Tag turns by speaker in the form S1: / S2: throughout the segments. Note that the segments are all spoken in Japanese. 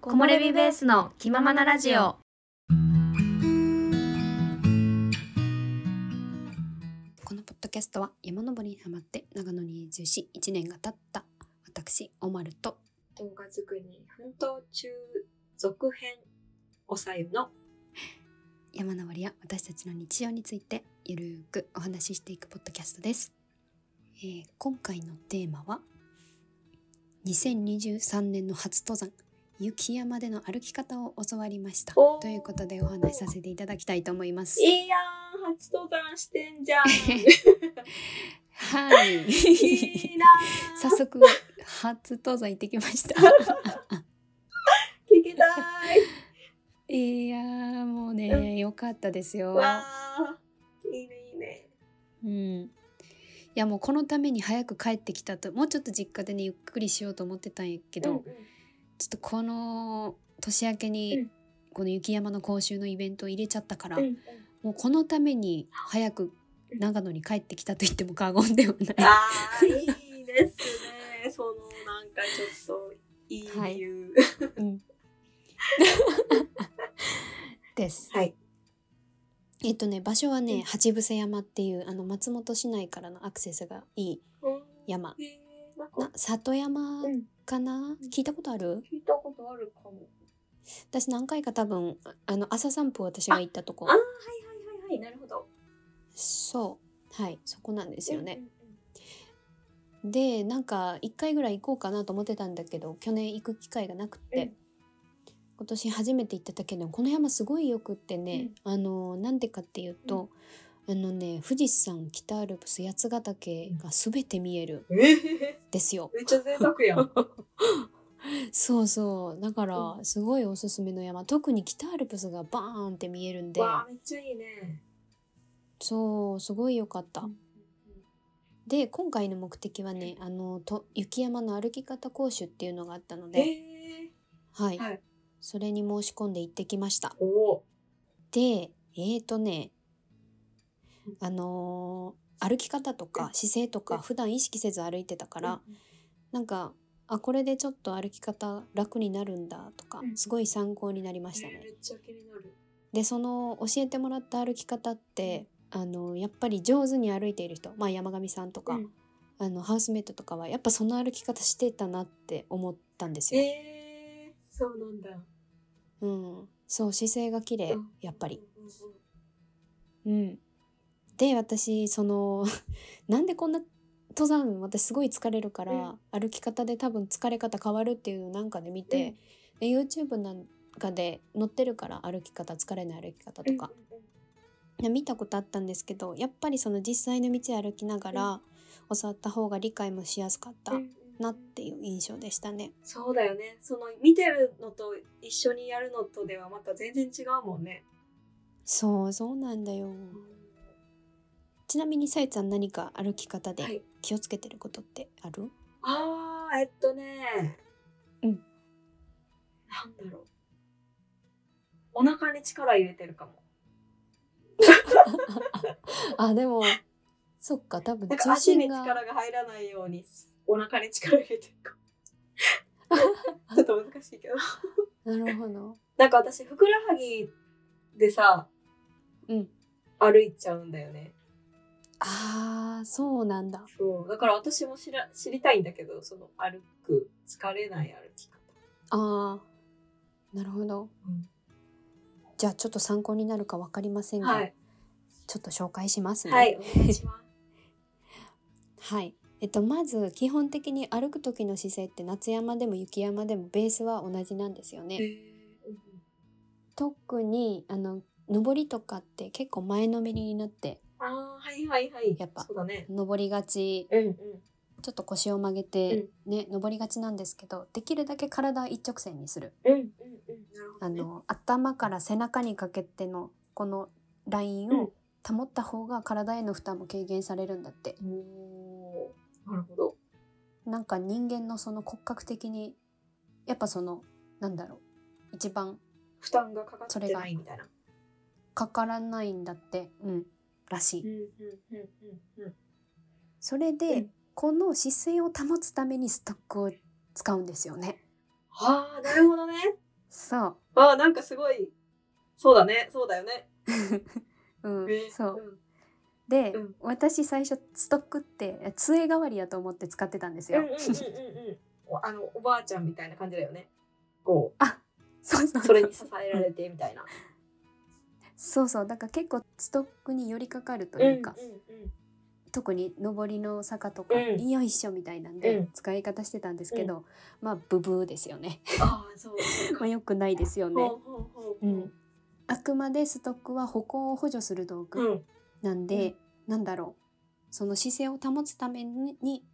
S1: 木漏れ日ベースの気ままなラジオ。
S2: このポッドキャストは山登りにハマって長野に移住し1年が経った私おまると
S3: 動画作りに奮闘中続編おさゆの
S2: 山登りや私たちの日常についてゆるーくお話ししていくポッドキャストです、えー今回のテーマは2023年の初登山雪山での歩き方を教わりました
S3: おー
S2: ということでお話しさせていただきたいと思います
S3: いいやん初登山してんじ ゃん
S2: はい
S3: いいなー
S2: 早速初登山行ってきました
S3: 聞きたい
S2: いやーもうね良かったですよ。
S3: わーいいねいいね
S2: うん、いやもうこのために早く帰ってきたともうちょっと実家でねゆっくりしようと思ってたんやけど、
S3: うんうん
S2: ちょっとこの年明けに、
S3: うん
S2: この雪山の講習のイベントを入れちゃったから、
S3: うんうん
S2: もうこのために早く長野に帰ってきたと言っても過言ではない。
S3: あーいいですねそのなんかちょっといい理由
S2: うん、 です。
S3: はい
S2: えっとね場所は
S3: うん
S2: ね八伏山っていうあの松本市内からのアクセスがいい山
S3: へーなん
S2: な
S3: か
S2: 里山
S3: うん
S2: かな、聞いたことある
S3: 聞いたことあるかも
S2: 私何回か多分ああの朝散歩私が行ったとこ
S3: あーはいはいはいはいなるほど
S2: そうはいそこなんですよね、
S3: うんうん
S2: でなんか1回ぐらい行こうかなと思ってたんだけど去年行く機会がなくって、
S3: うん
S2: 今年初めて行っただけでもこの山すごいよくってね、あのなんでかっていうと、あのね富士山北アルプス八ヶ岳が全て見える
S3: うんえー
S2: んですよ、
S3: めっちゃ贅沢や ん
S2: そうそうだから
S3: う
S2: すごいおすすめの山特に北アルプスがバーンって見えるんで
S3: わあめっちゃいいね。
S2: そうすごい良かった、
S3: うん
S2: で今回の目的はねあのと雪山の歩き方講習っていうのがあったの
S3: え
S2: で、はい、
S3: はい
S2: それに申し込んで行ってきました
S3: ー、お
S2: でえーとねあのー歩き方とか姿勢とか普段意識せず歩いてたから、なんかあこれでちょっと歩き方楽になるんだとか
S3: うん
S2: すごい参考になりましたね。
S3: めっちゃ気になる。
S2: でその教えてもらった歩き方ってあのやっぱり上手に歩いている人、まあ、山上さんとか、
S3: うん
S2: あのハウスメイトとかはやっぱその歩き方してたなって思ったんですよ。
S3: えー、そうなんだ。
S2: うん、そう姿勢が綺麗、
S3: うん
S2: やっぱり。
S3: うんうんう
S2: う
S3: ん。
S2: ん、で私その なんでこんな登山私すごい疲れるから、歩き方で多分疲れ方変わるっていうのなんかで見て、で YouTube なんかで載ってるから歩き方疲れない歩き方とか、
S3: うんうんうん
S2: いや見たことあったんですけどやっぱりその実際の道歩きながら教わった方が理解もしやすかった
S3: うんうんうん
S2: なっていう印象でしたね。
S3: そうだよね。その見てるのと一緒にやるのとではまた全然違うもんね。
S2: そうそうなんだよちなみにさゆちゃん何か歩き方
S3: は
S2: で
S3: い。
S2: 気をつけてることってある、
S3: ああえっとね。
S2: うん。
S3: なんだろう。お腹に力入れてるかも。
S2: あでもそっか多分
S3: なんか
S2: 中
S3: 足
S2: 心
S3: に
S2: が
S3: 力が入らないようにお腹に力入れてる かもちょっと難しいけど
S2: なるほど。
S3: なんか私ふくらはぎでさ
S2: うん、
S3: 歩いちゃうんだよね
S2: あーそうなんだ。
S3: そうだから私も知ら知りたいんだけどその歩く疲れない歩き方
S2: あーなるほど。
S3: うん
S2: じゃあちょっと参考になるか分かりませんが、
S3: はい
S2: ちょっと紹介しますね。
S3: はいお願いしま す
S2: はい。えっと、まず基本的に歩く時の姿勢って夏山でも雪山でもベースは同じなんですよね。特にあの上りとかって結構前のめりになって
S3: あーはいはいはい
S2: やっぱ
S3: そうだね
S2: 上りがち
S3: うんうん
S2: ちょっと腰を曲げて、ね上りがちなんですけどできるだけ体一直線にする
S3: うんうんうんなるほ
S2: あ
S3: どね
S2: の頭から背中にかけてのこのラインを保った方が体への負担も軽減されるんだって
S3: おーなるほど
S2: なんか人間のその骨格的にやっぱそのなんだろう一番
S3: 負担がかか
S2: そ
S3: っ
S2: れ
S3: て
S2: が
S3: ないみたいな
S2: かからないんだって、うん、らしい、
S3: うんうんうんうん
S2: それで、
S3: うん
S2: この姿勢を保つためにストックを使うんですよね
S3: ああ、なるほどね。あなんかすごいそうだねそうだよね、
S2: うん
S3: えー
S2: そう
S3: うん
S2: で、
S3: うん
S2: 私最初ストックって杖代わりやと思って使ってたんです
S3: う
S2: よ、
S3: んうんうんうんうんおあのおばあちゃんみたいな感じだよねこ
S2: そうそう
S3: うそれに支えられてみたいな
S2: そうそうだから結構ストックに寄りかかるというか、
S3: うん
S2: 特に上りの坂とか、
S3: うん
S2: よいしょみたいなんで
S3: うん
S2: 使い方してたんですけど、まあブブーですよね
S3: ああそうそう
S2: まあ良くないですよね
S3: ほうほうほう
S2: うんあくまでストックは歩行を補助する道
S3: う
S2: 具
S3: ん
S2: なんで、なんだろうその姿勢を保つためにに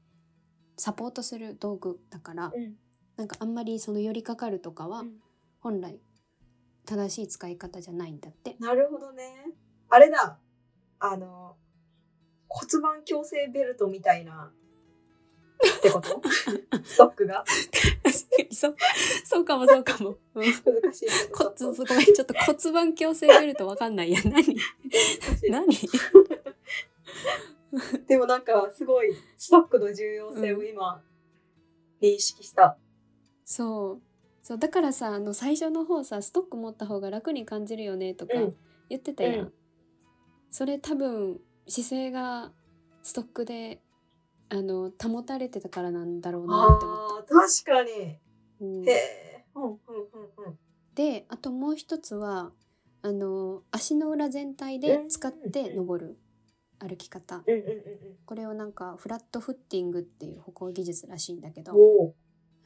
S2: サポートする道具だから、
S3: うん
S2: なんかあんまりその寄りかかるとかは
S3: うん
S2: 本来正しい使い方じゃないんだ って。
S3: なるほどねあれだあの骨盤矯正ベルトみたいなってこと ストックが
S2: そう そうかもそうかも。うん
S3: 難しいけ
S2: こ
S3: ど ちょっと
S2: すごいちょっと骨盤矯正ベルトわかんないや何
S3: 難しい
S2: 何
S3: でもなんかすごいストックの重要性を今認識した。
S2: そうそうだからさあの最初の方さストック持った方が楽に感じるよねとか
S3: うん
S2: 言ってたやん、
S3: うん
S2: それ多分姿勢がストックであの保たれてたからなんだろうなって思っ
S3: ああー確かに。
S2: た、うん
S3: へえ。うんうんうんうん。
S2: であともう一つはあの足の裏全体で使って登る歩き方
S3: うんうんうん
S2: これをなんかフラットフッティングっていう歩行技術らしいんだけど
S3: うん。おお。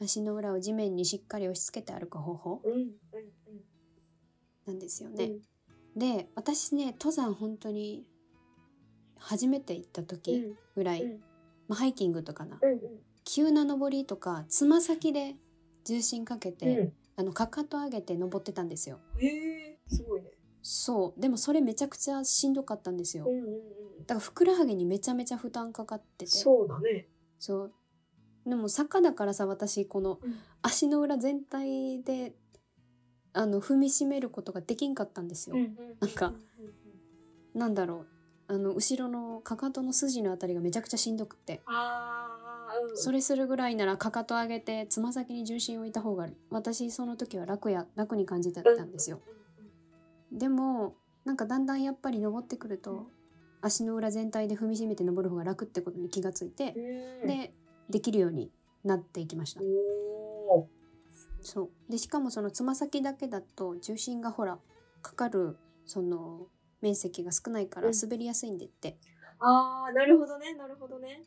S2: 足の裏を地面にしっかり押し付けて歩く方法
S3: うんうん
S2: なんですよ
S3: うん。
S2: ね。
S3: うん
S2: で私ね登山本当に初めて行った
S3: う
S2: 時
S3: ん
S2: ぐらい、
S3: うん
S2: まあ、ハイキングとかな、
S3: うん
S2: 急な登りとかつま先で重心かけ
S3: うん
S2: て、あのかかと上げて登ってたんですよ
S3: うん。へえすごいね。
S2: そうでもそれめちゃくちゃしんどかったんですよ、
S3: うんうんうん。
S2: だからふくらはぎにめちゃめちゃ負担かかってて
S3: そうだね。
S2: そうでも坂だからさ私この
S3: うん
S2: 足の裏全体であの踏みしめることができんかったんですよ、なんかなんだろうあの後ろのかかとの筋のあたりがめちゃくちゃしんどくて
S3: ああうん。
S2: それするぐらいならかかと上げてつま先に重心を置いた方が私その時は楽や楽に感じてたんですよ。でもなんかだんだんやっぱり登ってくる
S3: う
S2: と
S3: ん
S2: 足の裏全体で踏みしめて登る方が楽ってことに気がついて
S3: うんうんうん。
S2: でできるようになっていきました
S3: お。お。
S2: そうでしかもそのつま先だけだと重心がほらかかるその面積が少ないから
S3: うん
S2: 滑りやすいんでって、
S3: ああなるほどねなるほ どね。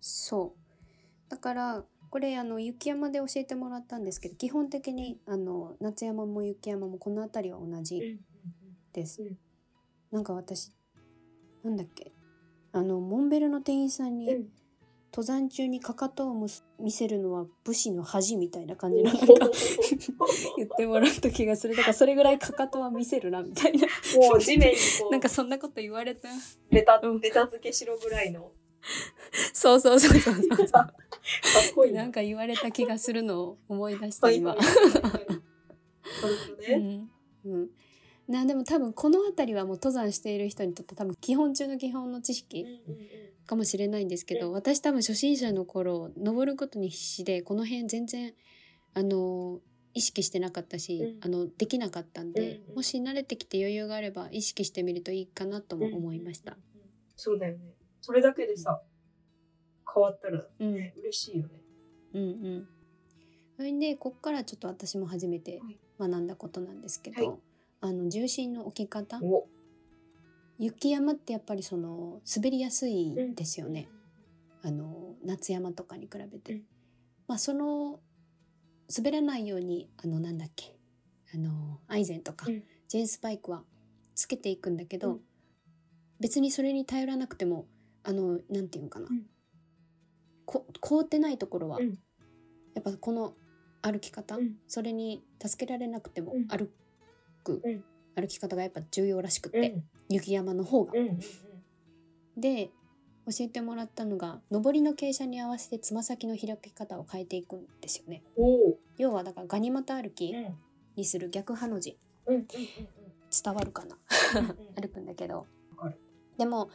S2: そうだからこれあの雪山で教えてもらったんですけど基本的にあの夏山も雪山もこの辺りは同
S3: うんう
S2: じ
S3: ん
S2: です、
S3: うん
S2: なんか私なんだっけあのモンベルの店員さんに
S3: うん。
S2: 登山中にかかとをむす見せるのは武士の恥みたいな感じのなんか 言ってもらった気がするだからそれぐらいかかとは見せるなみたいな
S3: もう地面にこう
S2: なんかそんなこと言われた
S3: ベタ
S2: うん
S3: ベタ付けしろぐらいのか
S2: そうそうそうそう そうそ
S3: っこ
S2: う
S3: いい
S2: なん
S3: か
S2: か言われた気がするのを思い出した今
S3: なる。ほどね。
S2: うんうん、なでも多分この辺りはもう登山している人にとって多分基本中の基本の知
S3: うんう
S2: 識
S3: んうん
S2: かもしれないんですけど、
S3: うん
S2: 私多分初心者の頃登ることに必死でこの辺全然あの意識してなかったし、
S3: うん
S2: あのできなかったんで、
S3: うんうん
S2: もし慣れてきて余裕があれば意識してみるといいかなとも思いました。。
S3: そうだよね。それだけでさ、変わったら
S2: うん
S3: ね、嬉しいよね。
S2: うんうん。それでこっからちょっと私も初めて学んだことなんですけど、
S3: はい
S2: あの重心の置き方、
S3: お、
S2: 雪山ってやっぱりその滑りやすいですよね、。あの夏山とかに比べて、
S3: うん
S2: まあその滑らないようにあのなんだっけあのアイゼンとか、
S3: うん
S2: ジェーンスパイクはつけていくんだけど、
S3: うん
S2: 別にそれに頼らなくてもあのなんていうのかな、
S3: うん
S2: こ凍ってないところは、
S3: うん
S2: やっぱこの歩き方、
S3: うん
S2: それに助けられなくても
S3: うん
S2: 歩く、
S3: うん
S2: 歩き方がやっぱ重要らしく
S3: うん
S2: て、雪山の方が。
S3: うんうん
S2: で教えてもらったのが上りの傾斜に合わせてつま先の開き方を変えていくんですよね
S3: おお、
S2: 要はだからガニ股歩
S3: う
S2: き
S3: んうん
S2: にする逆ハの字
S3: うんうん
S2: 伝わるかな
S3: うん
S2: 歩くんだけど
S3: わかる
S2: でも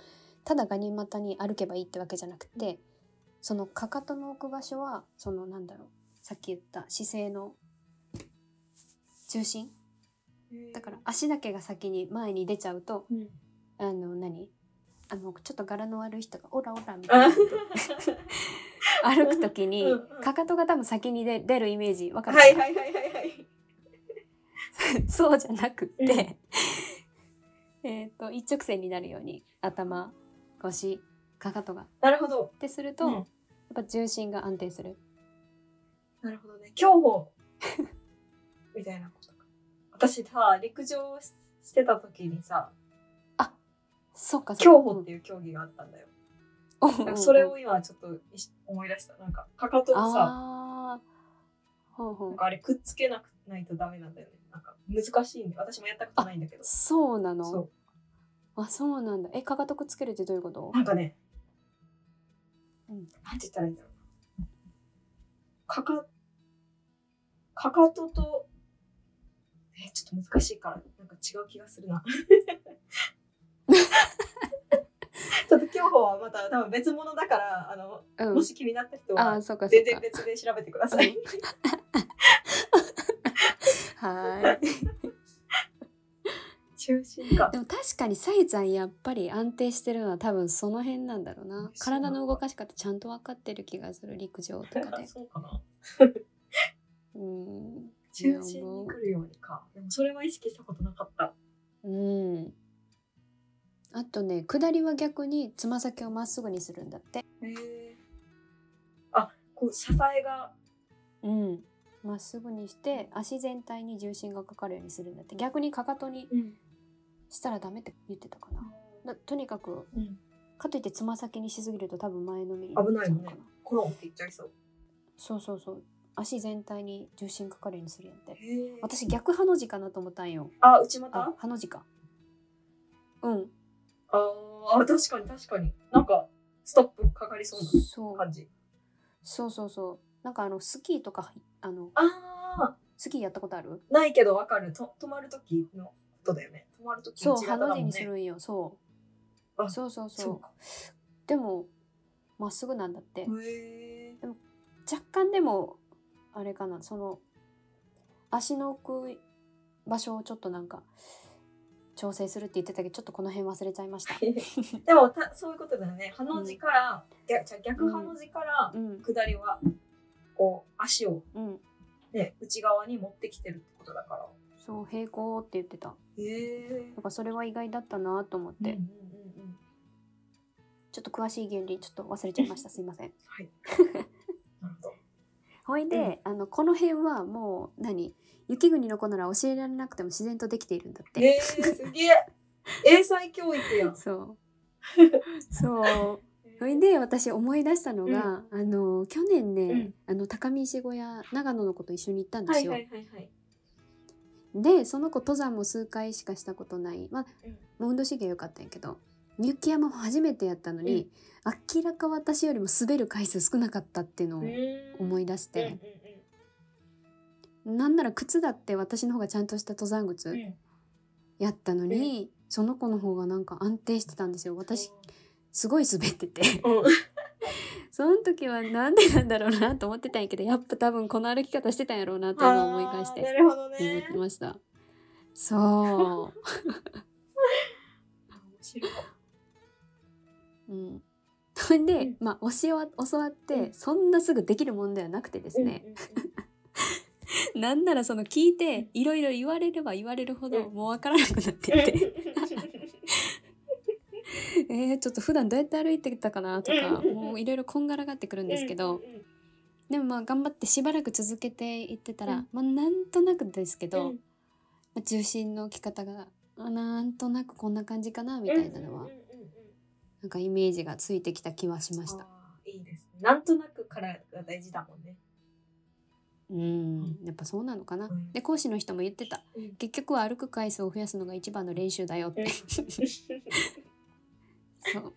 S2: ただガニ股に歩けばいいってわけじゃなくてそのかかとの置く場所はそのなんだろうさっき言った姿勢の中心だから、足だけが先に前に出ちゃうと
S3: うん、
S2: あの何あのちょっと柄の悪い人がオラオラみた
S3: あ
S2: いな 歩く時に
S3: うんうん
S2: かかとが多分先に出出るイメージわかる、
S3: はいはいはいはいはい。
S2: そうじゃなくって、 えっと一直線になるように頭腰かかとがっ
S3: なるほど。
S2: てすると、
S3: うん
S2: やっぱ重心が安定する
S3: なるほどね。競 歩みたいなことか。私さ、陸上ししてた時にさ、
S2: そっかそっか
S3: 競歩っていう競技があったんだよ。
S2: うんうん
S3: な
S2: うんん
S3: かそれを今ちょっと意識思い出した。なんか、かかとをさ、
S2: あーほうほ
S3: な
S2: うん
S3: かあれくっつけなくないとダメなんだよね。なんか難しいんで、私もやったことないんだけど。
S2: そうなの
S3: そ
S2: あそうなんだえかかとくっつけるってどういうこと
S3: う。なんかね、
S2: うん
S3: なんて言ったらいいんだろう。かか、かかとと、え、ちょっと難しいから、なんか違う気がするな。ちょっと競歩はまた多分別物だから、あの、
S2: うん
S3: もし気になった人
S2: ああ
S3: は、
S2: ーそうかそう
S3: 全然
S2: か
S3: 別で調べてください。
S2: はーい
S3: 中心か。
S2: でも確かにさゆちゃんやっぱり安定してるのは多分その辺なんだろうな
S3: そうなの
S2: 体の動かし方ちゃんと分かってる気がする陸上と かで
S3: そうかな。
S2: うん
S3: 中心に来るようにか。でもそれは意識したことなかった。
S2: うんあとね下りは逆につま先をまっすぐにするんだって
S3: へえ。あ、こう、支えが。
S2: うんまっすぐにして足全体に重心がかかるようにするんだって逆にかかとに
S3: うん。
S2: したらダメって言ってたかなだとにかく
S3: うん。
S2: かといってつま先にしすぎると多分前のめりに
S3: 危
S2: なっ
S3: ない
S2: ちゃ
S3: よ
S2: うか
S3: ね。コロンって言っちゃいそう。
S2: そうそうそう足全体に重心かかるようにするんやって
S3: へえ。
S2: 私逆ハの字かなと思ったんよ
S3: あ、内股
S2: あ
S3: あ
S2: ハの字かうん
S3: ーあ、確かに確かに。なんか、ストップかかりそう
S2: そう
S3: な感じ。
S2: そうそうそうなんかあのスキーとかあの
S3: あ
S2: スキーやったことある
S3: ー、ないけどわかる。と止まるときのことだよね。止まるとき
S2: そ
S3: の
S2: う、
S3: 内
S2: ハ
S3: 股
S2: の
S3: だ
S2: 字
S3: もん
S2: にす
S3: ね。
S2: るんよそう
S3: あ
S2: そうそうそう
S3: そうか。
S2: でもまっすぐなんだって、
S3: へえ。
S2: 若干でもあれかなその足の置く場所をちょっとなんか調整するって言ってたけどちょっとこの辺忘れちゃいました
S3: でもた、そういうことだよね。ハの字から、逆じゃあ逆ハの字から
S2: う、ん
S3: 下りは、こう、足を
S2: うん
S3: ね、内側に持ってきてるってことだから。
S2: そう平行って言ってた
S3: へえ
S2: なんかそれは意外だったなと思って、
S3: うんうんうんうん、
S2: ちょっと詳しい原理ちょっと忘れちゃいま したすいません
S3: はい。なるほど。
S2: ほいで、あのこの辺はもう何雪国の子なら教えられなくても自然とできているんだって、
S3: えー、すげえ。英才教育やん。
S2: そうそうそれで私思い出したのが、あの去年ね、
S3: うん
S2: あの高見石小屋長野の子と一緒に行ったんで
S3: は
S2: す
S3: い
S2: よ。
S3: はいはいはい。
S2: でその子登山も数回しかしたことない、まあ
S3: うん、
S2: もう運動神経良かったんやけど雪山も初めてやったのに、明らか私よりも滑る回数少なかったっていうのを思
S3: い
S2: い出し
S3: うん
S2: て、なんなら靴だって私の方がちゃんとした登山
S3: うんうん
S2: 靴
S3: うん、
S2: やったのに、その子の方がなんか安定してたんですよ私。すごい滑ってて
S3: うん、
S2: その時はなんでなんだろうなと思ってたんやけどやっぱ多分この歩き方してたんやろうなって今思い返して
S3: あーなるほどね。
S2: 思って
S3: 面
S2: ました。そ
S3: 白い。
S2: う。うん。ほん
S3: う
S2: で
S3: ん、
S2: まあ、教わ教わっ
S3: う
S2: て
S3: ん
S2: そんなすぐできるもんではなくてですね、なんならその聞いていろいろ言われれば言われるほど
S3: うん
S2: もうわからなくなって
S3: うんうん
S2: いて、 えー、ちょっと普段どうやって歩いてたかなとか、
S3: うん
S2: もういろいろこんがらがってくる んですけど、
S3: うんうんうん
S2: でもまあ頑張ってしばらく続けていってたら、
S3: うん
S2: まあなんとなくですけど、
S3: うん
S2: まあ重心の置き方があなんとなくこんな感じかなみたいなのは、
S3: うんうんうんうん
S2: なんかイメージがついてきた気はしました。
S3: あーいいですね。なんとなくからが大事だもんね。
S2: うん、やっぱそうなのかな。
S3: うん
S2: で講師の人も言ってた
S3: うん
S2: 結局は歩く回数を増やすのが一番の練習だよ って、そう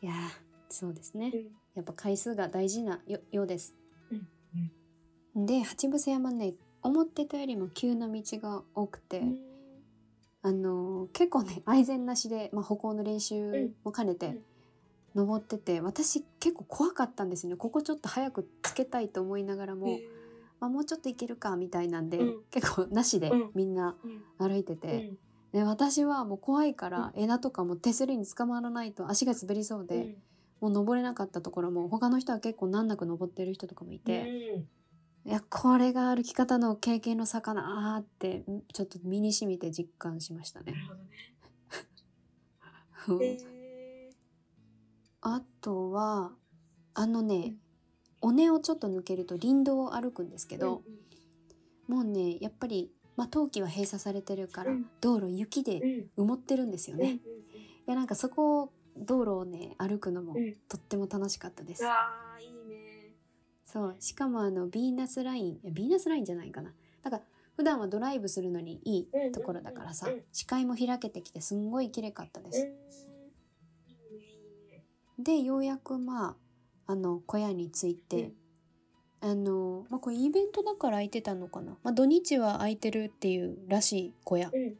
S2: いやーそうですねやっぱ回数が大事なよようです、
S3: うん
S2: で八伏山ね思ってたよりも急な道が多くて、あのー結構ね愛禅なしで、まあ、歩行の練習も兼ねて、
S3: うん
S2: 登ってて私結構怖かったんですよねここちょっと早くつけたいと思いながらも、あ、もうちょっといけるかみたいなんで、
S3: うん
S2: 結構なしで
S3: うん
S2: みんな
S3: うん
S2: 歩いてて、で私はもう怖いから枝とかも手すりに捕まらないと足が滑りそうで、
S3: うん
S2: もう登れなかったところも他の人は結構難なく登ってる人とかもいて、
S3: うん
S2: いやこれが歩き方の経験の差かなーってんちょっと身に染みて実感しました
S3: な
S2: ね。
S3: る ほどね。
S2: うん
S3: え
S2: あとはあのね、尾根をちょっと抜けると林道を歩くんですけ
S3: ー
S2: ど、もうねやっぱり、まあ、冬季は閉鎖されてるから、
S3: うん
S2: 道路雪
S3: う
S2: で
S3: ん
S2: 埋もってるんですよ
S3: うん
S2: ね。
S3: う
S2: い
S3: ん
S2: やなんかそこを道路をね歩くのも
S3: うん
S2: とっても楽しかったです。
S3: ああいいね。
S2: そうしかもあのビーナスラインいやビーナスラインじゃないかなだから普段はドライブするのにいいところだからさ、
S3: うんうんうん
S2: 視界も開けてきてすんごい綺麗かったで
S3: うんいい
S2: す、
S3: ねいいね。
S2: でようやくまああの小屋に着いて、あの、まあ、これイベントだから空いてたのかな、まあ、土日は空いてるっていうらしい小屋、
S3: うん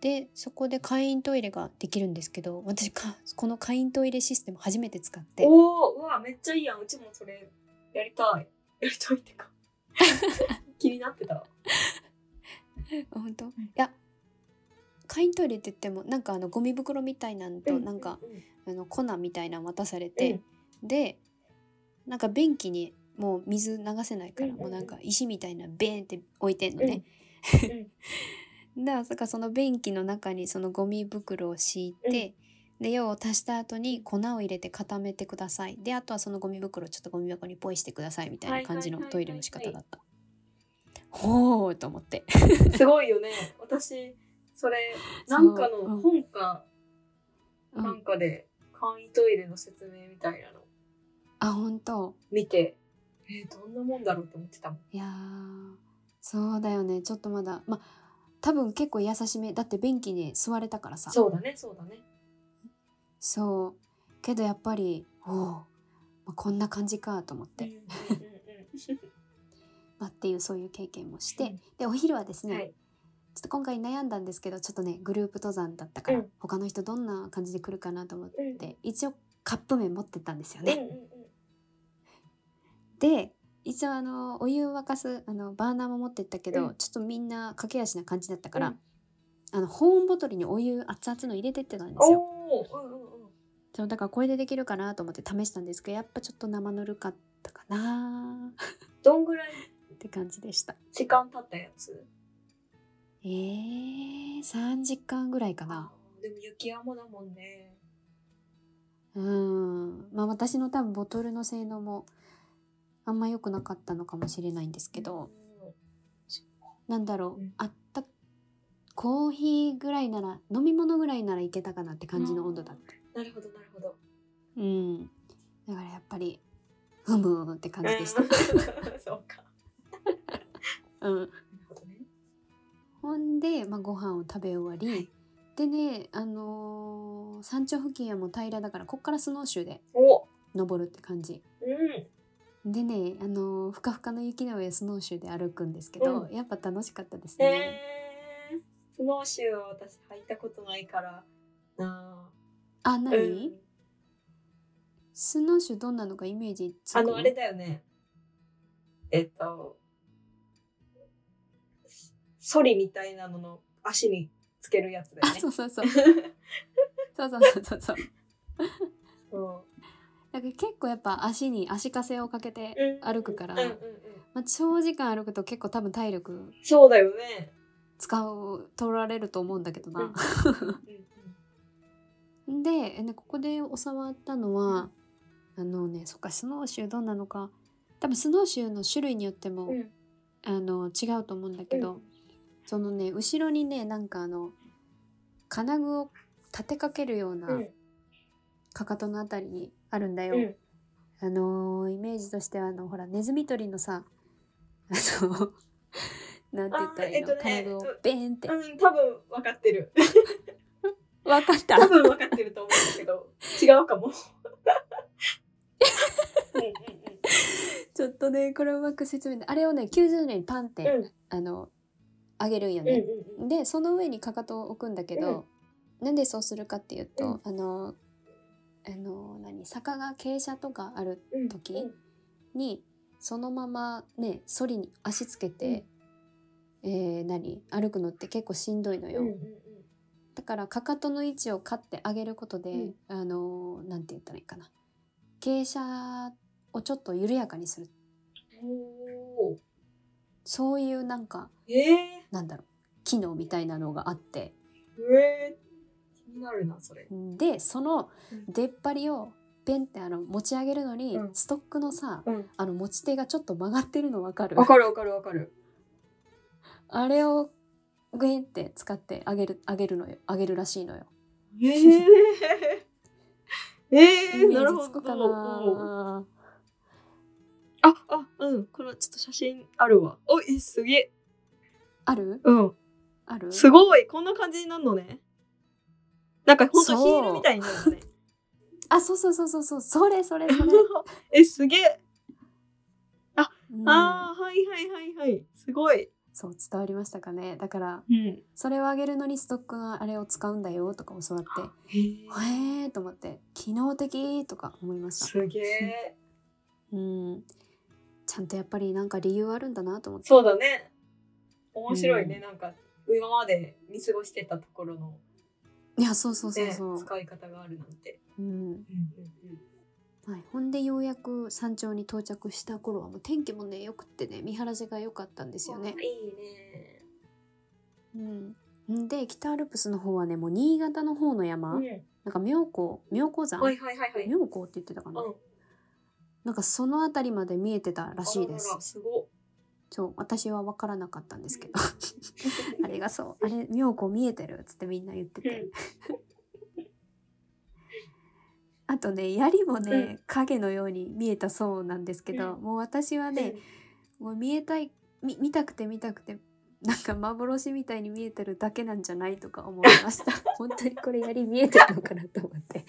S2: でそこで会員トイレができるんですけど私か この会員トイレシステム初めて使って
S3: おおうわめっちゃいいやんうちもそれやりたいやりたいっ てか気になってたわ。
S2: あ本当いや会員トイレって言ってもなんかあのゴミ袋みたいなんとなんか
S3: う
S2: あの粉みたいなの渡されて、でなんか便器にもう水流せないから、
S3: うんうんうん
S2: もうなんか石みたいなベーンって置いてんのね、 だからそっかその便器の中にそのゴミ袋を敷いて、で用を足した後に粉を入れて固めてくださいであとはそのゴミ袋をちょっとゴミ箱にポイしてくださいみたいな感じの
S3: はいはいはいはいはい
S2: トイレの仕方だった、ほーと思って
S3: うんすごいよね私それなんか
S2: そうう
S3: の
S2: ん
S3: 本か
S2: うん
S3: なんかで簡易トイレの説明みたいなの
S2: あ本当
S3: 見てえーどんなもんだろうって思ってたもん。
S2: いやーそうだよねちょっとまだまあ多分結構優しめだって便器に座れたからさ
S3: そうだねそうだね。
S2: そうけどやっぱりおお、まあ、こんな感じかと思って、
S3: うんうんうんうん
S2: まあ、っていうそういう経験もして、
S3: うん
S2: でお昼はですね、
S3: はい
S2: ちょっと今回悩んだんですけどちょっとねグループ登山だったから、
S3: うん
S2: 他の人どんな感じで来るかなと思っ
S3: うん
S2: て、一応カップ麺持ってったんですよ
S3: うん
S2: ね。
S3: うんうん
S2: で一応あのお湯沸かすあのバーナーも持ってったけど、
S3: うん
S2: ちょっとみんな駆け足な感じだったから、
S3: うん
S2: あの保温ボトルにお湯熱々の入れてってたんですよ。
S3: おおうんうんうん
S2: そうだからこれでできるかなと思って試したんですけどやっぱちょっと生ぬるかったかな
S3: どんぐらい
S2: って感じでした。
S3: 時間経ったやつ
S2: えー、3時間ぐらいかな。
S3: あーでも雪山だもんね。
S2: うん。まあ私の多分ボトルの性能もあんま良くなかったのかもしれないんですけど、なんだろう、
S3: うん
S2: あった、コーヒーぐらいなら、飲み物ぐらいならいけたかなって感じの温度だった。
S3: なるほどなる ほど。
S2: うん。だからやっぱり、ふむーって感じでした。
S3: そうか。
S2: うん。
S3: なるほどね。
S2: ほんで、まあ、ご飯を食べ終わり、
S3: はい
S2: でね、あのー山頂付近はもう平らだから、こっからスノーシューで
S3: お、
S2: 登るって感じ。
S3: うん。
S2: でね、あのーふかふかの雪の上スノーシューで歩くんですけど、
S3: う
S2: やっぱ楽しかったですね。
S3: えー、スノーシューは私履いたことないからな
S2: あ、
S3: あ。
S2: なに、
S3: うん。
S2: スノーシューどんなのかイメージつく
S3: あのあれだよね。えっと、ソリみたいなのの足につけるやつだ
S2: あ
S3: よね
S2: そ。うそう そうそうそうそうそうそう
S3: そ
S2: だから結構やっぱ足に足かせをかけて、
S3: う
S2: 歩くから
S3: うんうんうん。
S2: まあ、長時間歩くと結構多分体力
S3: そうだよね。
S2: 使う取られると思うんだけどな、
S3: うんう ん
S2: でえねここで教わったのはあのねそっかスノーシューどんなのか多分スノーシューの種類によっても、
S3: うん
S2: あの違うと思うんだけど、
S3: うん
S2: そのね後ろにねなんかあの金具を立てかけるような
S3: うん
S2: かかとのあたりにあるんだよ、
S3: うん。
S2: あのーイメージとしてはあのほらネズミ捕りのさあの なんて言ったらいいの、
S3: あえっとね
S2: 金具をベーンって、
S3: うん、多分分かってる。
S2: 分かった
S3: 多分分かってると思うんだけ ど、違うかも。うんうんう
S2: ちょっとねこれうまく説明であれをね90年にパンって、
S3: うん
S2: あの上げるんよ
S3: んうん
S2: ね、
S3: うん
S2: でその上にかかとを置くんだけど、なんでそうするかっていうと、あのあの何坂が傾斜とかある
S3: うんうん
S2: 時に、そのままねソリに足つけて、えー何歩くのって結構しんどいのよ、
S3: うんうん
S2: だからかかとの位置を買ってあげることで、
S3: うん
S2: あのーなんて言ったらいいかな傾斜をちょっと緩やかにする
S3: うんおー
S2: そういうなんか
S3: え
S2: なんだろう機能みたいなのがあって
S3: ー、えー、気になるなそれ。
S2: でその
S3: うん
S2: 出っ張りをペンってあの持ち上げるのに、
S3: うん
S2: ストックのさ
S3: うん。
S2: あの持ち手がちょっと曲がってるの分かる
S3: わかるわかるわかる。
S2: あれをグインって使ってあげるあげるのよあげるらしいのよ。
S3: えー、 え
S2: イ
S3: ー、
S2: メ
S3: なる
S2: ー
S3: ほ
S2: ジつくか
S3: ど。
S2: な
S3: ああうんこのちょっと写真あるわ。おいすげえ。
S2: ある
S3: うん。
S2: ある
S3: すごいこんな感じになるのね。なんかほんとヒ
S2: そう
S3: ールみたいになるのね。
S2: あそうそうそうそうそうそれそれそれ。
S3: え、すげえ。
S2: うん
S3: ああ、はいはいはいはい。すごい。
S2: そう伝わりましたかねだから
S3: うん。
S2: それをあげるのにストックのあれを使うんだよとか教わってへえと思って機能的とか思いました
S3: すげえ。
S2: うんちゃんとやっぱりなんか理由あるんだなと思って
S3: そうだね。面白いね。
S2: うん
S3: なんか、今まで見過ごしてたところの、
S2: いやそうそうそう
S3: ね、
S2: そう、
S3: 使い方があるなんて。
S2: うん
S3: うんうん
S2: はい、ほんでようやく山頂に到着した頃はもう天気もねよくってね見晴らしが良かったんですよね。
S3: いいね。
S2: うん、で北アルプスの方はねもう新潟の方の山、
S3: うん
S2: なんか妙高妙高山、
S3: はいはいはいはい。
S2: 妙高って言ってたかな、
S3: うん
S2: なんかその辺りまで見えてたらしいで
S3: あら
S2: す
S3: ら。すご
S2: そう私は分からなかったんです けど
S3: い。
S2: あれがそうあれ妙高見えてるっつってみんな言ってて
S3: うん。
S2: あとね槍もね、
S3: うん
S2: 影のように見えたそうなんですけど、
S3: う
S2: もう私はね、もう見えたい見見たくて見たくてなんか幻みたいに見えてるだけなんじゃないとか思いま した本当にこれやり見えてるのかなと思って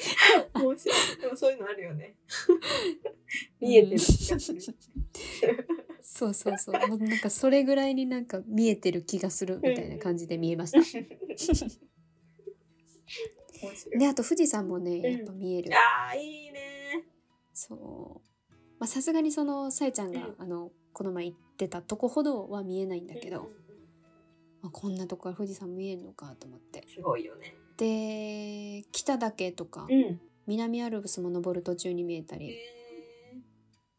S3: 面白い。でもそういうのあるよね。見えてる気がする。
S2: そうそうそうもうなんかそれぐらいになんか見えてる気がするみたいな感じで見えました
S3: 面白い
S2: であと富士山もねやっぱ見える、
S3: あーいいね。
S2: そうまあさすがにそのさえちゃんが、
S3: うん
S2: あのこの前行ってたとこほどは見えないんだけど、まあ、こんなとこから富士山見えるのかと思って
S3: すごいよね。
S2: で北岳とか、
S3: ん。
S2: 南アルプスも登る途中に見えた
S3: え
S2: り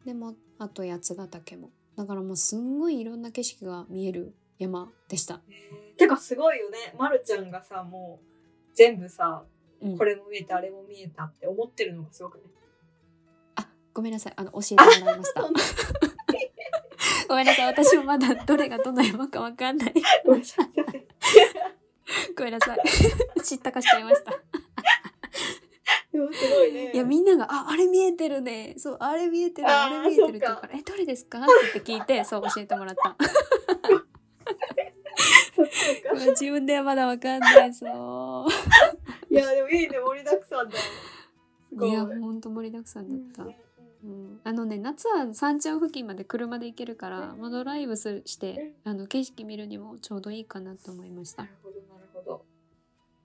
S2: でもあと八ヶ岳もだからもうすんごいいろんな景色が見える山でした、
S3: ー、てかすごいよね。まるちゃんがさもう全部さ
S2: うん
S3: これも見えたあれも見えたって思ってるのがす ごくね。
S2: あごめんなさいあの教えてもらいました
S3: そんな
S2: ごめんなさい私もまだどれがどの山かわかんない
S3: ごめんなさい
S2: ごめんなさい知ったかしちゃいました
S3: でもすごいね。
S2: いやみんなが「ああれ見えてるねそうあれ見えてるあ
S3: あー
S2: れ見えてる」って言
S3: そ
S2: か
S3: ううから
S2: 「えどれですか?」って聞いてそう教えてもら った
S3: そっち
S2: う
S3: か
S2: わ自分ではまだわかんないそう
S3: いやでもいいね盛りだくさんだ。すご
S2: い
S3: い。
S2: やほんと盛りだくさん
S3: う
S2: だ
S3: ん
S2: った、うんあのね夏は山頂付近まで車で行けるから、まあ、ドライブするしてあの景色見るにもちょうどいいかなと思いました
S3: なる、ほどなる ほど。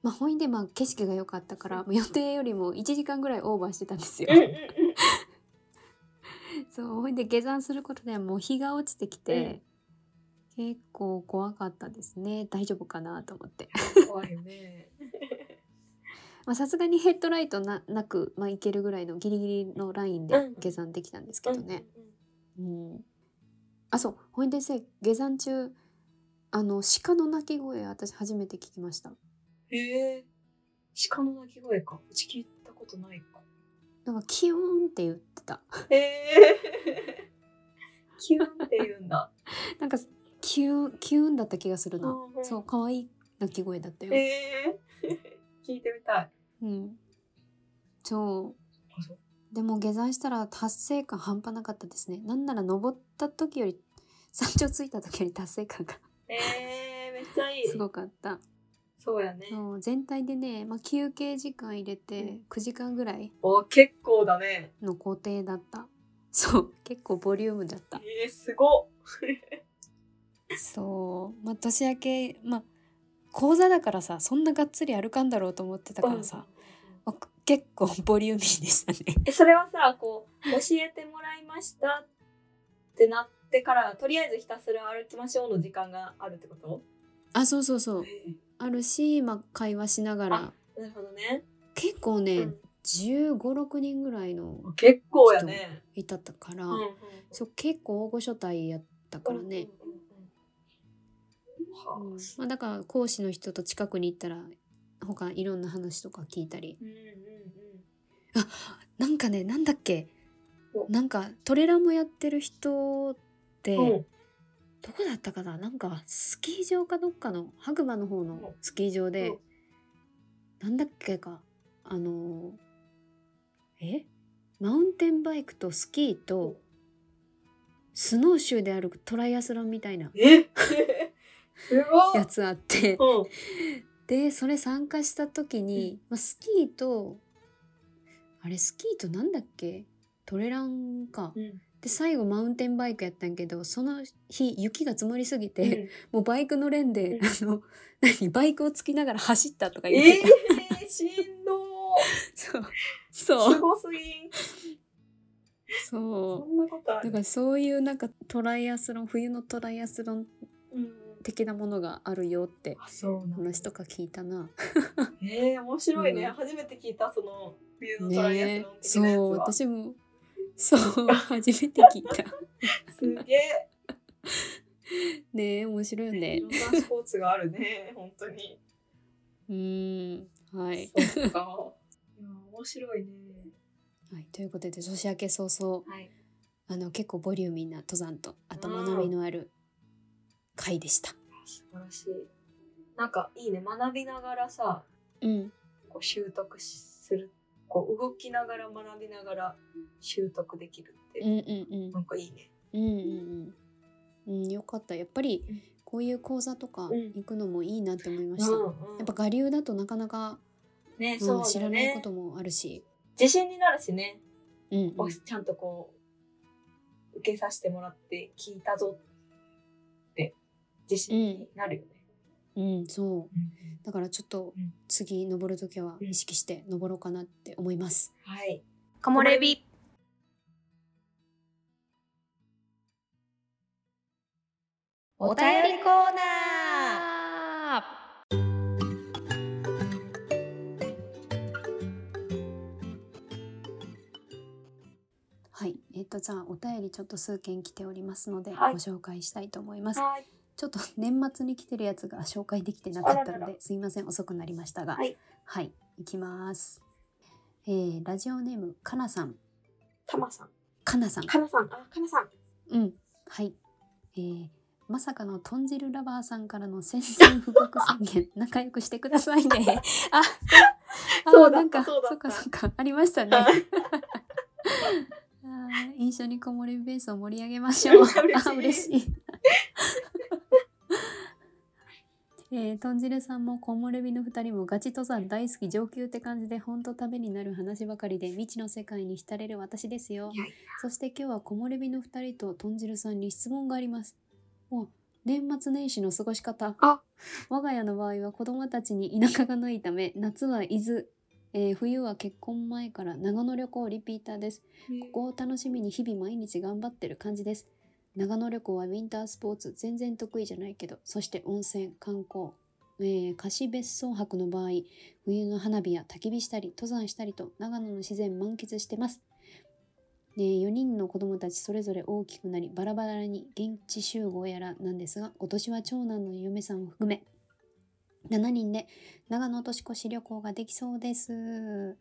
S2: まあ、ほいでまあ景色が良かったからもう予定よりも1時間ぐらいオーバーしてたんですよ
S3: うんうんうん。
S2: そうほいで下山することでもう日が落ちてきて、結構怖かったですね大丈夫かなと思って
S3: 怖いよね。
S2: まあさすがにヘッドライトななく、まあ、行けるぐらいのギリギリのラインで
S3: うん
S2: 下山できたんですけどね、
S3: うんうんうん。
S2: うん、あそうほいでせ下山中あの鹿の鳴き声私初めて聞きました
S3: へえ。鹿の鳴き声か。うち聞いたことないか。
S2: なんかキューンって言ってた
S3: へえ。 キュンって言うんだ。
S2: なんかキューンキューンだった気がするな
S3: うんうん
S2: そう可愛い鳴き声だったよ、
S3: へえ。 聞いてみたい。
S2: うんそ
S3: あそう
S2: うでも下山したら達成感半端なかったですねなんなら登った時より 山頂着いた時より達成感が
S3: えー、めっちゃいい。
S2: すごかった
S3: そうやね。
S2: そう全体でね、まあ、休憩時間入れて9時間ぐらい
S3: お結構だね。
S2: の工程だったそう結構ボリュームだった
S3: えー、すごっ。
S2: そうまあ年明けまあ講座だからさそんながっつり歩かんだろうと思ってたからさ、まあ結構ボリューミーでしたね
S3: えそれはさこう教えてもらいましたってなってからとりあえずひたすら歩きましょうの時間があるってこと
S2: あそうそうそうあるし、まあ、会話しながら
S3: なるほどね。
S2: 結構ね、
S3: うん
S2: 1 5 6人ぐらいの
S3: 結構やね。
S2: いたったから、
S3: うんうん
S2: そう結構大御所帯やったからね、。
S3: うんう
S2: う
S3: んうんんはあ
S2: まあ、だから講師の人と近くに行ったら他いろんな話とか聞いたり
S3: うんうんうん
S2: なんかねなんだっけ
S3: お
S2: なんかトレランもやってる人って、
S3: うん
S2: どこだったかななんかスキー場かどっかの白馬の方のスキー場で、
S3: うん
S2: なんだっけかあのーえマウンテンバイクとスキーとスノーシューで歩くトライアスロンみたいな
S3: え すごい
S2: やつあって
S3: うん
S2: でそれ参加した時に、まあ、スキーとあれスキーとなんだっけトレランか
S3: うん
S2: で最後マウンテンバイクやったんやけどその日雪が積もりすぎて、
S3: うん
S2: もうバイクのレーンで、
S3: うん
S2: あの 何バイクをつきながら走ったとか言っ
S3: え
S2: てた、
S3: ー、しんど
S2: そう
S3: ー
S2: そ
S3: す
S2: う
S3: ごすぎん
S2: そ
S3: そんなことあ
S2: うだ
S3: る
S2: からそういうなんかトライアスロン冬のトライアスロン
S3: うんうん
S2: 的なものがあるよって
S3: あそうなんだ
S2: 話とか聞いたな。
S3: えー、面白いね、
S2: うん
S3: 初めて聞いたその冬の トライアス
S2: ね
S3: ロン
S2: そう
S3: 的なやつは、
S2: 私も そう初めて聞いた。
S3: すげえ
S2: ね面白いよ
S3: い
S2: ね
S3: ろ。んなスポーツがある ね本当に
S2: うーんはい、
S3: そっかいや面白いね
S2: はい、ということで年明け早々
S3: はい
S2: あの結構ボリューミーな登山と頭のみのある回でした。
S3: 素晴らしいなんかいいね学びながらさ
S2: うん、
S3: こう習得しするこう動きながら学びながら習得できるって、
S2: うんうんうん
S3: なんかいいね
S2: うんうんうん、うん、よかったやっぱり
S3: うん
S2: こういう講座とか
S3: うん
S2: 行くのもいいなって思いました、や
S3: うん
S2: っぱ我流だとなかなか、
S3: ね、
S2: うん
S3: そうだね
S2: 知らないこともあるし、
S3: 自信になるしね、
S2: うんうん
S3: おちゃんとこう受けさせてもらって聞いたぞって自信になるよね、
S2: うん、そうだからちょっと
S3: うん
S2: 次登る時は意識して登ろうかなって思います、
S3: はい
S1: 木漏れ日。お便りコーナー。
S2: はいえっ、とじゃあお便りちょっと数件来ておりますのでご
S3: はい
S2: 紹介したいと思います、
S3: はい
S2: ちょっと年末に来てるやつが紹介できてなかった
S3: あら
S2: の
S3: ら
S2: で、すいません、遅くなりましたが。
S3: はい。
S2: はい、いきます。えー、ラジオネーム、かなさん。
S3: たまさん
S2: かなさん。
S3: かなさんあかなさん
S2: うん。はい。えー、まさかの豚汁ラバーさんからの宣戦布告宣 言、仲良くしてくださいね。あ、あ
S3: そうだった
S2: なんか、
S3: そうだった
S2: っかそっか、ありましたね。あ
S3: は
S2: ー一緒に木漏れ日ベースを盛り上げましょう。
S3: 嬉しい
S2: あ嬉しい。 えー、豚汁さんも木漏れ日の二人もガチ登山大好き上級って感じで本当ためになる話ばかりで未知の世界に浸れる私ですよ
S3: いやいや。
S2: そして今日は木漏れ日の二人と豚汁さんに質問があります。お年末年始の過ごし方
S3: あ
S2: 我が家の場合は子供たちに田舎がないため夏は伊豆、えー冬は結婚前から長野旅行リピーターですここを楽しみに日々毎日頑張ってる感じです長野旅行はウィンタースポーツ全然得意じゃないけどそして温泉観光、えー貸別荘泊の場合冬の花火や焚き火したり登山したりと長野の自然満喫してますで4人の子供たちそれぞれ大きくなりバラバラに現地集合やらなんですが今年は長男の嫁さんを含め7人で長野年越し旅行ができそうです。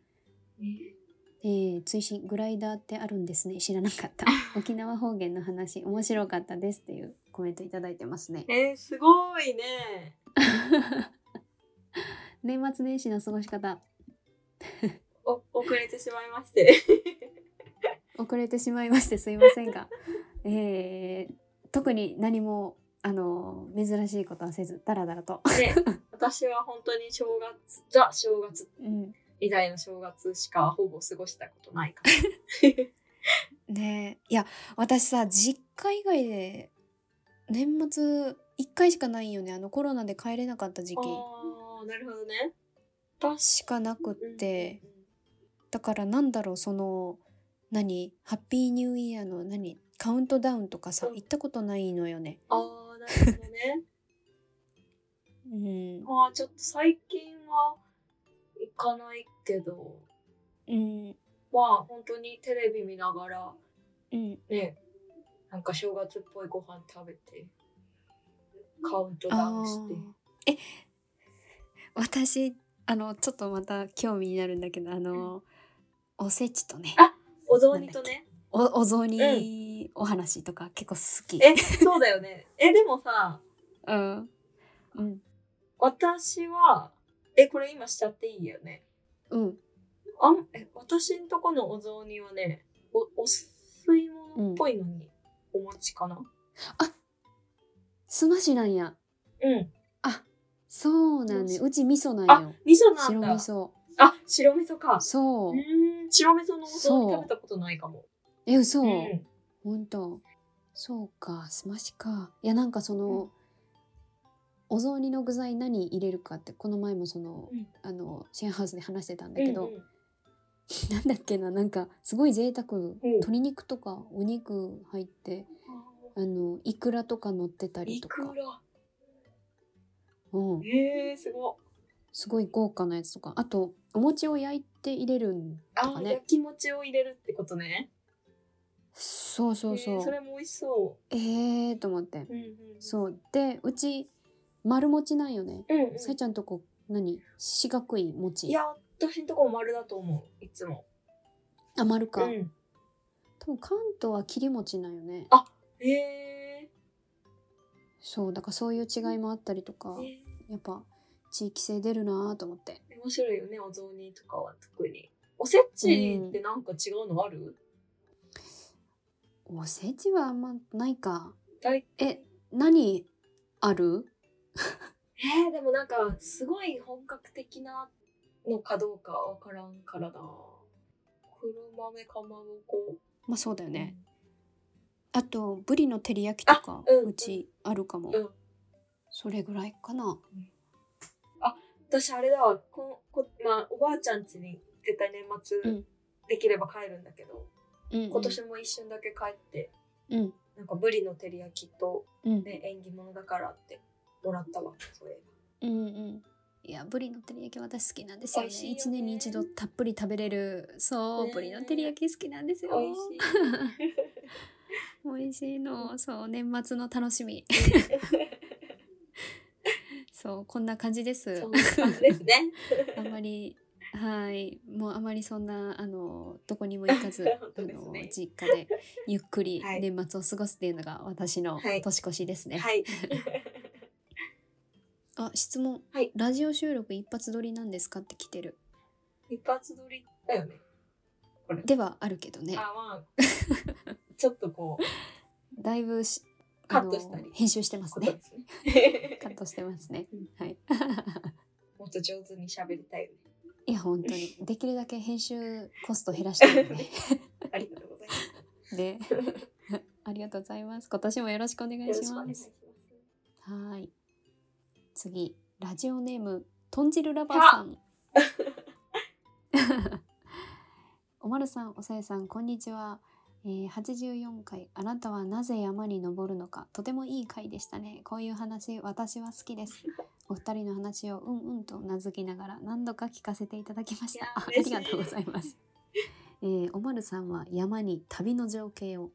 S2: えー、追伸グライダーってあるんですね知らなか った沖縄方言の話面白かったですっていうコメントいただいてますね
S3: えー、すごいね
S2: 年末年始の過ごし方
S3: お遅れてしまいまして
S2: 遅れてしまいましてすいませんが、 えー、特に何もあの珍しいことはせずダラダラと、
S3: ね私は本当に正月ザ正月
S2: うん、
S3: 以来の正月しかほぼ過ごしたことない か
S2: ねえいや私さ実家以外で年末1回しかないんよねあのコロナで帰れなかった時
S3: ら
S2: 期
S3: あーなるほどね確
S2: しかなくっ
S3: かに
S2: て、だからなんだろうその何ハッピーニューイヤーの何カウントダウンとかさ
S3: うん
S2: 行ったことないのよね。
S3: ああ、なるほどね。
S2: う ん、
S3: まあ、ちょっと最近は行かないけど、
S2: うん、
S3: まあ、本当にテレビ見ながら、
S2: うん、
S3: ね、なんか正月っぽいご飯食べて、カウントダウンして。
S2: あーえ 私あのちょっとまた興味になるんだけどあの、おせちとね
S3: あお雑煮とね。
S2: おお雑煮お話とか結構好き。
S3: え、そうだよね。え、でもさ、
S2: うんうん
S3: 私は、え、これ今しちゃっていいよね。
S2: うん
S3: あんえ私んとこのお雑煮はねおお吸い物っぽいのにお餅かな
S2: すましなんや
S3: うん、
S2: そうなんね
S3: よし
S2: うち味噌なん
S3: あ
S2: よ
S3: 味噌なん
S2: 白味
S3: だ
S2: 噌
S3: あ白味噌か
S2: そうう
S3: ーん白味噌のお雑煮食べたことないかも
S2: え嘘、
S3: うん
S2: 本当そうかすましかいやなんかその、お雑煮の具材何入れるかってこの前もその、
S3: うん
S2: あのシェアハウスで話してたんだけど、
S3: うんうん
S2: なんだっけななんかすごい贅沢、鶏肉とかお肉入ってあのいくらとか乗ってたり
S3: い
S2: と
S3: く
S2: からうん
S3: えー、すごっ
S2: すごい豪華なやつとかあとお餅を焼いて入れるんと
S3: あ、
S2: か
S3: 焼
S2: ね
S3: き餅を入れるってことね
S2: そうそうそ
S3: え
S2: う
S3: ーそれも美味しそ
S2: えー、と思って
S3: う、うんうん、
S2: そうでうち丸餅なんよね
S3: う、うんうん、
S2: さえちゃんとこ何四角い餅
S3: いや私んとこも丸だと思ういつも
S2: あ丸か、
S3: うん、
S2: 多分関東は切り餅なんよね
S3: あえ
S2: そうだからそういう違いもあったりとか
S3: ー、えー
S2: やっぱ地域性出るなと思って
S3: 面白いよねお雑煮とかは特におせちってなんか違うのある、
S2: おせちはあんまないか
S3: 大
S2: え何ある
S3: えーでもなんかすごい本格的なのかどうかわからんからな黒豆かまぼこ
S2: まあそうだよね、あとブリの照り焼きとか
S3: あうん
S2: うちあるかも、
S3: うん
S2: それぐらいかな
S3: 私あれだわここ、まあ、おばあちゃん家に絶対年末
S2: うん
S3: できれば帰るんだけど、
S2: うんうん
S3: 今年も一瞬だけ帰って
S2: うん
S3: なんかブリの照り焼きと、
S2: うん
S3: ね、縁起物だからってもらったわそれ
S2: うんうんいやブリの照り焼き私好きなんですよね
S3: 美味しいよね
S2: 一年に一度たっぷり食べれるそう、
S3: ね
S2: ブリの照り焼き好きなんですよ
S3: 美味しい
S2: 美味しいのそう年末の楽しみ そうこんな感じです
S3: そんな感じですね
S2: あんまりはいもうあまりそんなあのどこにも行か ず、
S3: 本
S2: あ
S3: 当です
S2: の
S3: ね
S2: 実家でゆっくり
S3: はい
S2: 年末を過ごすっていうのが私の
S3: はい
S2: 年越しですね、
S3: はい
S2: あ質問、
S3: はい
S2: ラジオ収録一発撮りなんですかって来てる
S3: 一発撮りだよね。
S2: ではあるけどね
S3: あまあちょっとこう
S2: だいぶし
S3: カットしたり
S2: あの編集してます
S3: こと
S2: ね
S3: ですね。
S2: カットしてますね
S3: うん
S2: はい
S3: もっと上手に喋りたいよ
S2: いや本当にできるだけ編集コスト減らしてるよ ね
S3: ね。ありがとうございます。
S2: で ありがとうございます今年もよろしくお願いし
S3: よろくお
S2: ま
S3: 願いし
S2: すはーい次ラジオネーム豚汁ラバーさん おまるさんおさえさんこんにちは、えー、84回あなたはなぜ山に登るのかとてもいい回でしたねこういう話私は好き ですお二人の話をうんうんとうなずきながら何度か聞かせていただきまし
S3: いや
S2: たああ
S3: 嬉
S2: り
S3: しい
S2: がとうございます、えー、おまるさんは山に旅の情景を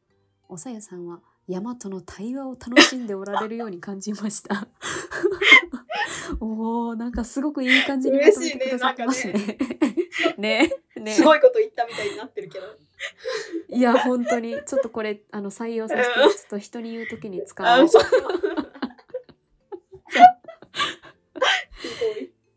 S2: おさゆさんは山との対話を楽しんでおられるように感じました おーなんかすごくいい感じにまとめてくださってます
S3: 嬉
S2: ね ねね
S3: すごいこと言ったみたいになってる けど。
S2: いや本当にちょっとこれあの採用させてち
S3: う
S2: ょ
S3: ん
S2: っと人に言うときに使
S3: あ
S2: おう
S3: 嘘。すごい。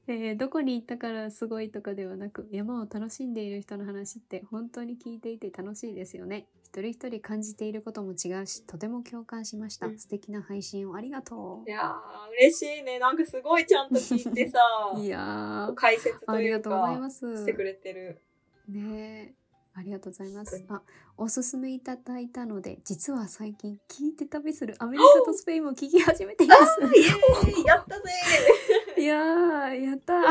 S2: えーどこに行ったからすごいとかではなく山を楽しんでいる人の話って本当に聞いていて楽しいですよね一人一人感じていることも違うしとても共感しました、
S3: うん
S2: 素敵な配信をありがと
S3: いやー嬉しいね。なんかすごいちゃんと聞いてさ、
S2: ういやー
S3: 解説
S2: あ
S3: と
S2: り
S3: い
S2: が
S3: う
S2: とうござい
S3: か
S2: ます
S3: してくれてる。
S2: ねえありがとうございま
S3: 本
S2: す
S3: 当
S2: あおすすめいただいたので実は最近聞いて旅するアメリカとスペインも聞き始めています
S3: イエーイやったぜ
S2: いやーやったー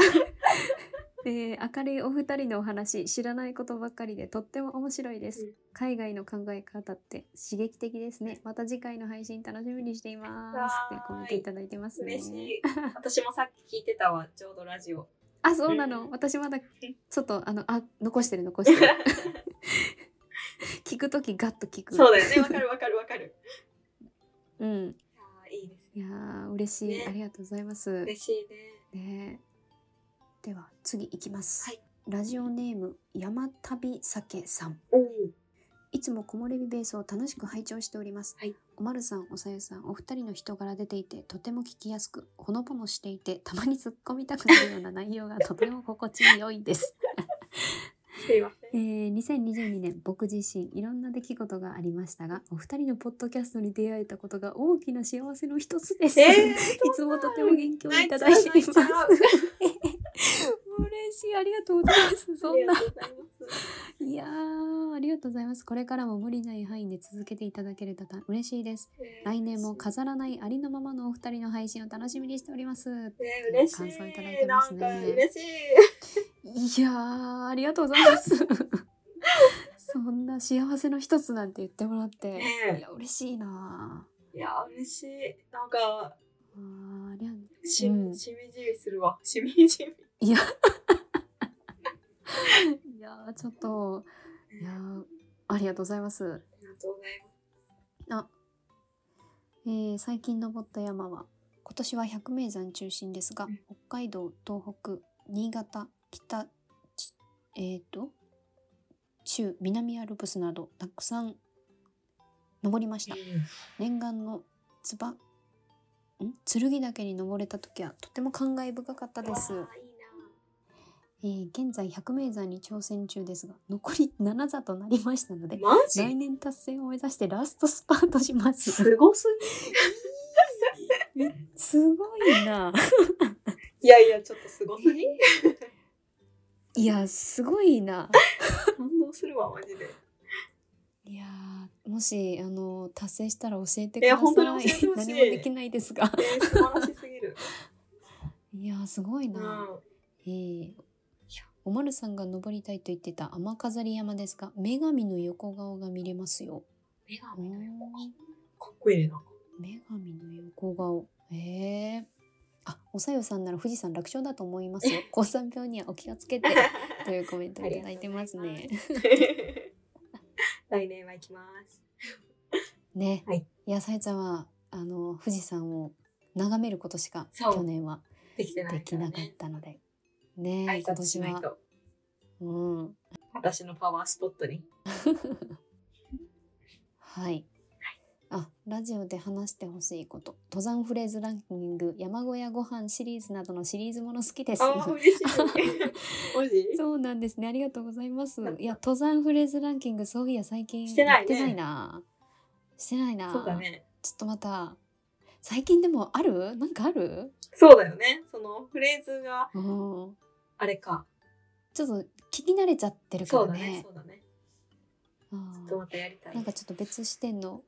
S2: でで明るいお二人のお話知らないことばっかりでとっても面白いです、
S3: うん
S2: 海外の考え方って刺激的ですねまた次回の配信楽しみにしています
S3: わーい
S2: ってコメントいただいてますね
S3: 嬉しい。私もさっき聞いてたわ、ちょうどラジオ。
S2: あそうなの私まだちょっとあのあ残してる残して る 聞くときガッと聞く
S3: そうだよね、わかるわかるわかる。
S2: うん
S3: あーいいです
S2: い
S3: ね。
S2: やー嬉しい、
S3: ね
S2: ありがとうございます
S3: 嬉しいね。
S2: ねでは次いきます、
S3: はい
S2: ラジオネーム山旅酒さん
S3: うん。
S2: いつも木漏れ日ベースを楽しく拝聴しております、
S3: はい
S2: おまるさんおさゆさんお二人の人柄出ていてとても聞きやすくほのぼのしていてたまに突っ込みたくなるような内容がとても心地よいです
S3: すいません。
S2: えー2022年僕自身いろんな出来事がありましたがお二人のポッドキャストに出会えたことが大きな幸せの一つです、
S3: え
S2: い
S3: ー
S2: つもとても元気をいただいています嬉し
S3: 泣い ちゃう泣いち
S2: いありがとうござい ますそんな
S3: ありがとうございます
S2: いやーありがとうございますこれからも無理ない範囲で続けていただけるとた嬉しいです
S3: えー
S2: 来年も飾らないありのままのお二人の配信を楽しみにしております
S3: ね嬉しい。
S2: 感想いただいてますね
S3: なんか嬉しい。
S2: いやーありがとうございますそんな幸せの一つなんて言ってもらって、
S3: ね
S2: いや嬉しいなあ
S3: いや、嬉しい。なんか、
S2: あーありゃ
S3: し,、
S2: うん
S3: しみじみするわ。しみじみ。
S2: いやーちょっといやーありがとうございます、
S3: ありがとうございます。
S2: えー最近登った山は今年は百名山中心ですが、
S3: うん
S2: 北海道東北新潟北ちえー、と中南アルプスなどたくさん登りました念願のつばん剣岳に登れた時はとても感慨深かったです
S3: わあいい
S2: えー現在百名山に挑戦中ですが残り7座となりましたので
S3: な。マ
S2: 来
S3: ジ
S2: 年達成を目指してラストスパートします
S3: すごす
S2: すごいな
S3: ぎ。いやいや、ちょっとすごすぎ。
S2: いやすごいな
S3: 感動するわ、マジで。
S2: いやーもしあの達成したら教えてくだ
S3: いや
S2: さい
S3: 本当に教えてほしい
S2: 何もできないですが
S3: えー、素晴らしすぎ る。
S2: いやーすごいうな、
S3: ん。
S2: えーおまるさんが登りたいと言ってた雨飾り山ですが女神の横顔が見れますよ
S3: 女
S2: うー
S3: 神の
S2: ん
S3: 横顔かっこいい な。
S2: 女神の横顔へえあおさよさんなら富士山楽勝だと思い ますよ高山病にはお気をつけてというコメントをいただいてますね
S3: 来年は行きます。
S2: ね、
S3: はい、
S2: やさえちゃんはあの富士山を眺めることしか
S3: そう
S2: 去年は
S3: できてな
S2: で
S3: い
S2: き
S3: から
S2: なかっ
S3: ね。
S2: たのでね
S3: 挨
S2: 今
S3: 拶
S2: 年
S3: しない
S2: は
S3: と。
S2: うん
S3: 私のパワースポットに。
S2: はい。あ、ラジオで話してほしいこと、登山フレーズランキング、山小屋ご飯シリーズなどのシリーズもの好き です。
S3: ああ、嬉しい。マジ
S2: そうなんですね。ありがとうございます。いや、登山フレーズランキング、そういや最近
S3: してないね
S2: やってないな。してないな。
S3: そうだね。
S2: ちょっとまた最近でもある？なんかある？
S3: そうだよね。そのフレーズが
S2: うん。
S3: あれか。
S2: ちょっと聞き慣れちゃってるか
S3: そう
S2: ら
S3: だね
S2: ね。。
S3: そうだね。
S2: うん
S3: ちょっとまたやりたい。
S2: なんかちょっと別視点の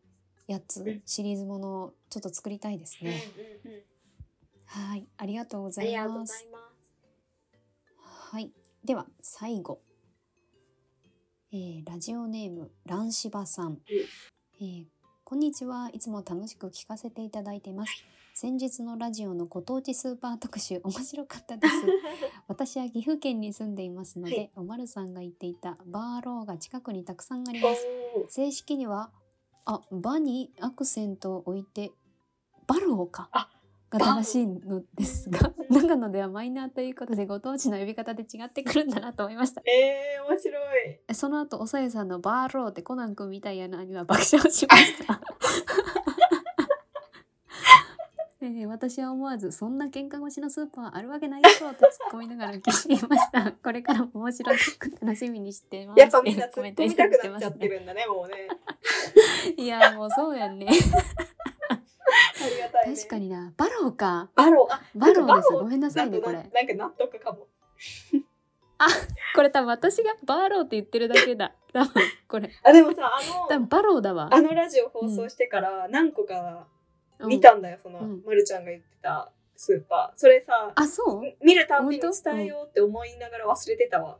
S2: やつシリーズものをちょっと作りたいです
S3: うんうん
S2: ね。
S3: うん。
S2: はい、ありがとうご
S3: あ
S2: ざ
S3: り
S2: い
S3: がとうご
S2: ま
S3: ざ
S2: す
S3: い。ます。
S2: はい、では最後、えーラジオネームランシバさん、えーこんにちはいつも楽しく聞かせていただいています、先日のラジオのご当地スーパー特集面白かったです 私は岐阜県に住んでいますので、
S3: はい
S2: おまるさんが言っていたバーローが近くにたくさんあります
S3: おー
S2: 正式にはあバにアクセントを置いてバローか
S3: あ
S2: が正しいのですが
S3: バロー
S2: 長野ではマイナーということでご当地の呼び方で違ってくるんだなと思いました
S3: えー、面白い。
S2: その後おさゆさんのバーローってコナン君みたいやなには爆笑しました えー私は思わずそんな喧嘩腰のスーパーあるわけないでしょうと突っ込みながら聞いていました これからも面白く楽しみにしてます
S3: やっぱみんな突っ込みたくなっちゃって
S2: る
S3: るんだね、もうね。
S2: いやもうそうやんね
S3: ありがたい、ね。
S2: 確か。にな。バローか。
S3: バロー、あ、
S2: バロー
S3: なん
S2: で
S3: か
S2: す。
S3: バロー
S2: ごめんなさ
S3: ないんか
S2: ね、
S3: な
S2: こ
S3: なん
S2: れ。
S3: か納得かも。
S2: これ多分私がバーローって言ってるだけだ。多分これ。
S3: あ、でもさ、あ
S2: 多分
S3: の、
S2: バローだわ。
S3: あのラジオ放送してから何個か
S2: うん
S3: 見たんだよ、その、
S2: うん
S3: まるちゃんが言ってたスーパー。それさ、
S2: あそう
S3: 見るたんびに
S2: 本当
S3: 伝えようって思いながら忘れてたわ。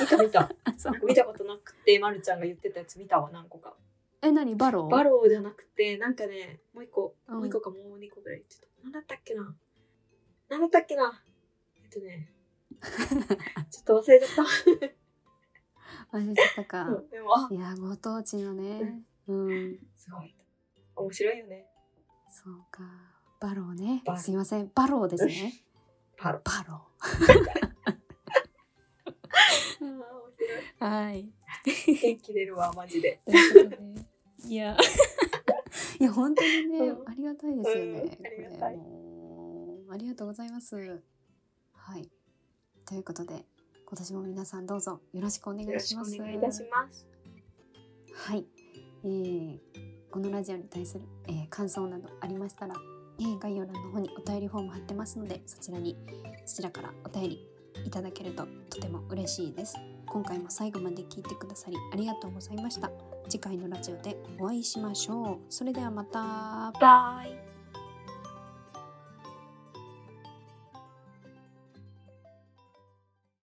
S3: 見た見 た。
S2: あそう
S3: 見たことなくて、まるちゃんが言ってたやつ見たわ、何個か。
S2: え何バロー
S3: バローじゃなくて、なんかね、もう一個、
S2: うん
S3: もう一個かもう二個ぐらい言ってた。なんだったっけななんだったっけなえっと ね、ちょっと忘れちゃった。
S2: 忘れちゃったか、
S3: うんでも、あ、
S2: いやご当地のねうん
S3: すごい。面白いよね。
S2: そうかバローね
S3: バロー
S2: すいませんバローですね
S3: パロ。
S2: バロ
S3: あー面
S2: ーはい
S3: 白い。元気出るわ、マジで。
S2: ということでいや いや本当にね、
S3: うん
S2: ありがたいですよね、
S3: うん
S2: これ
S3: ありがたい
S2: もうありがとうございますはいということで今年も皆さんどうぞよろしくお願
S3: よろ
S2: い
S3: し
S2: し
S3: くお
S2: ます
S3: 願いいたします。
S2: はい、えーこのラジオに対する、えー感想などありましたら、えー概要欄の方にお便りフォーム貼ってますのでそちらにそちらからお便りいただけるととても嬉しいです今回も最後まで聞いてくださりありがとうございました次回のラジオでお会いしましょうそれではまた
S3: バイ。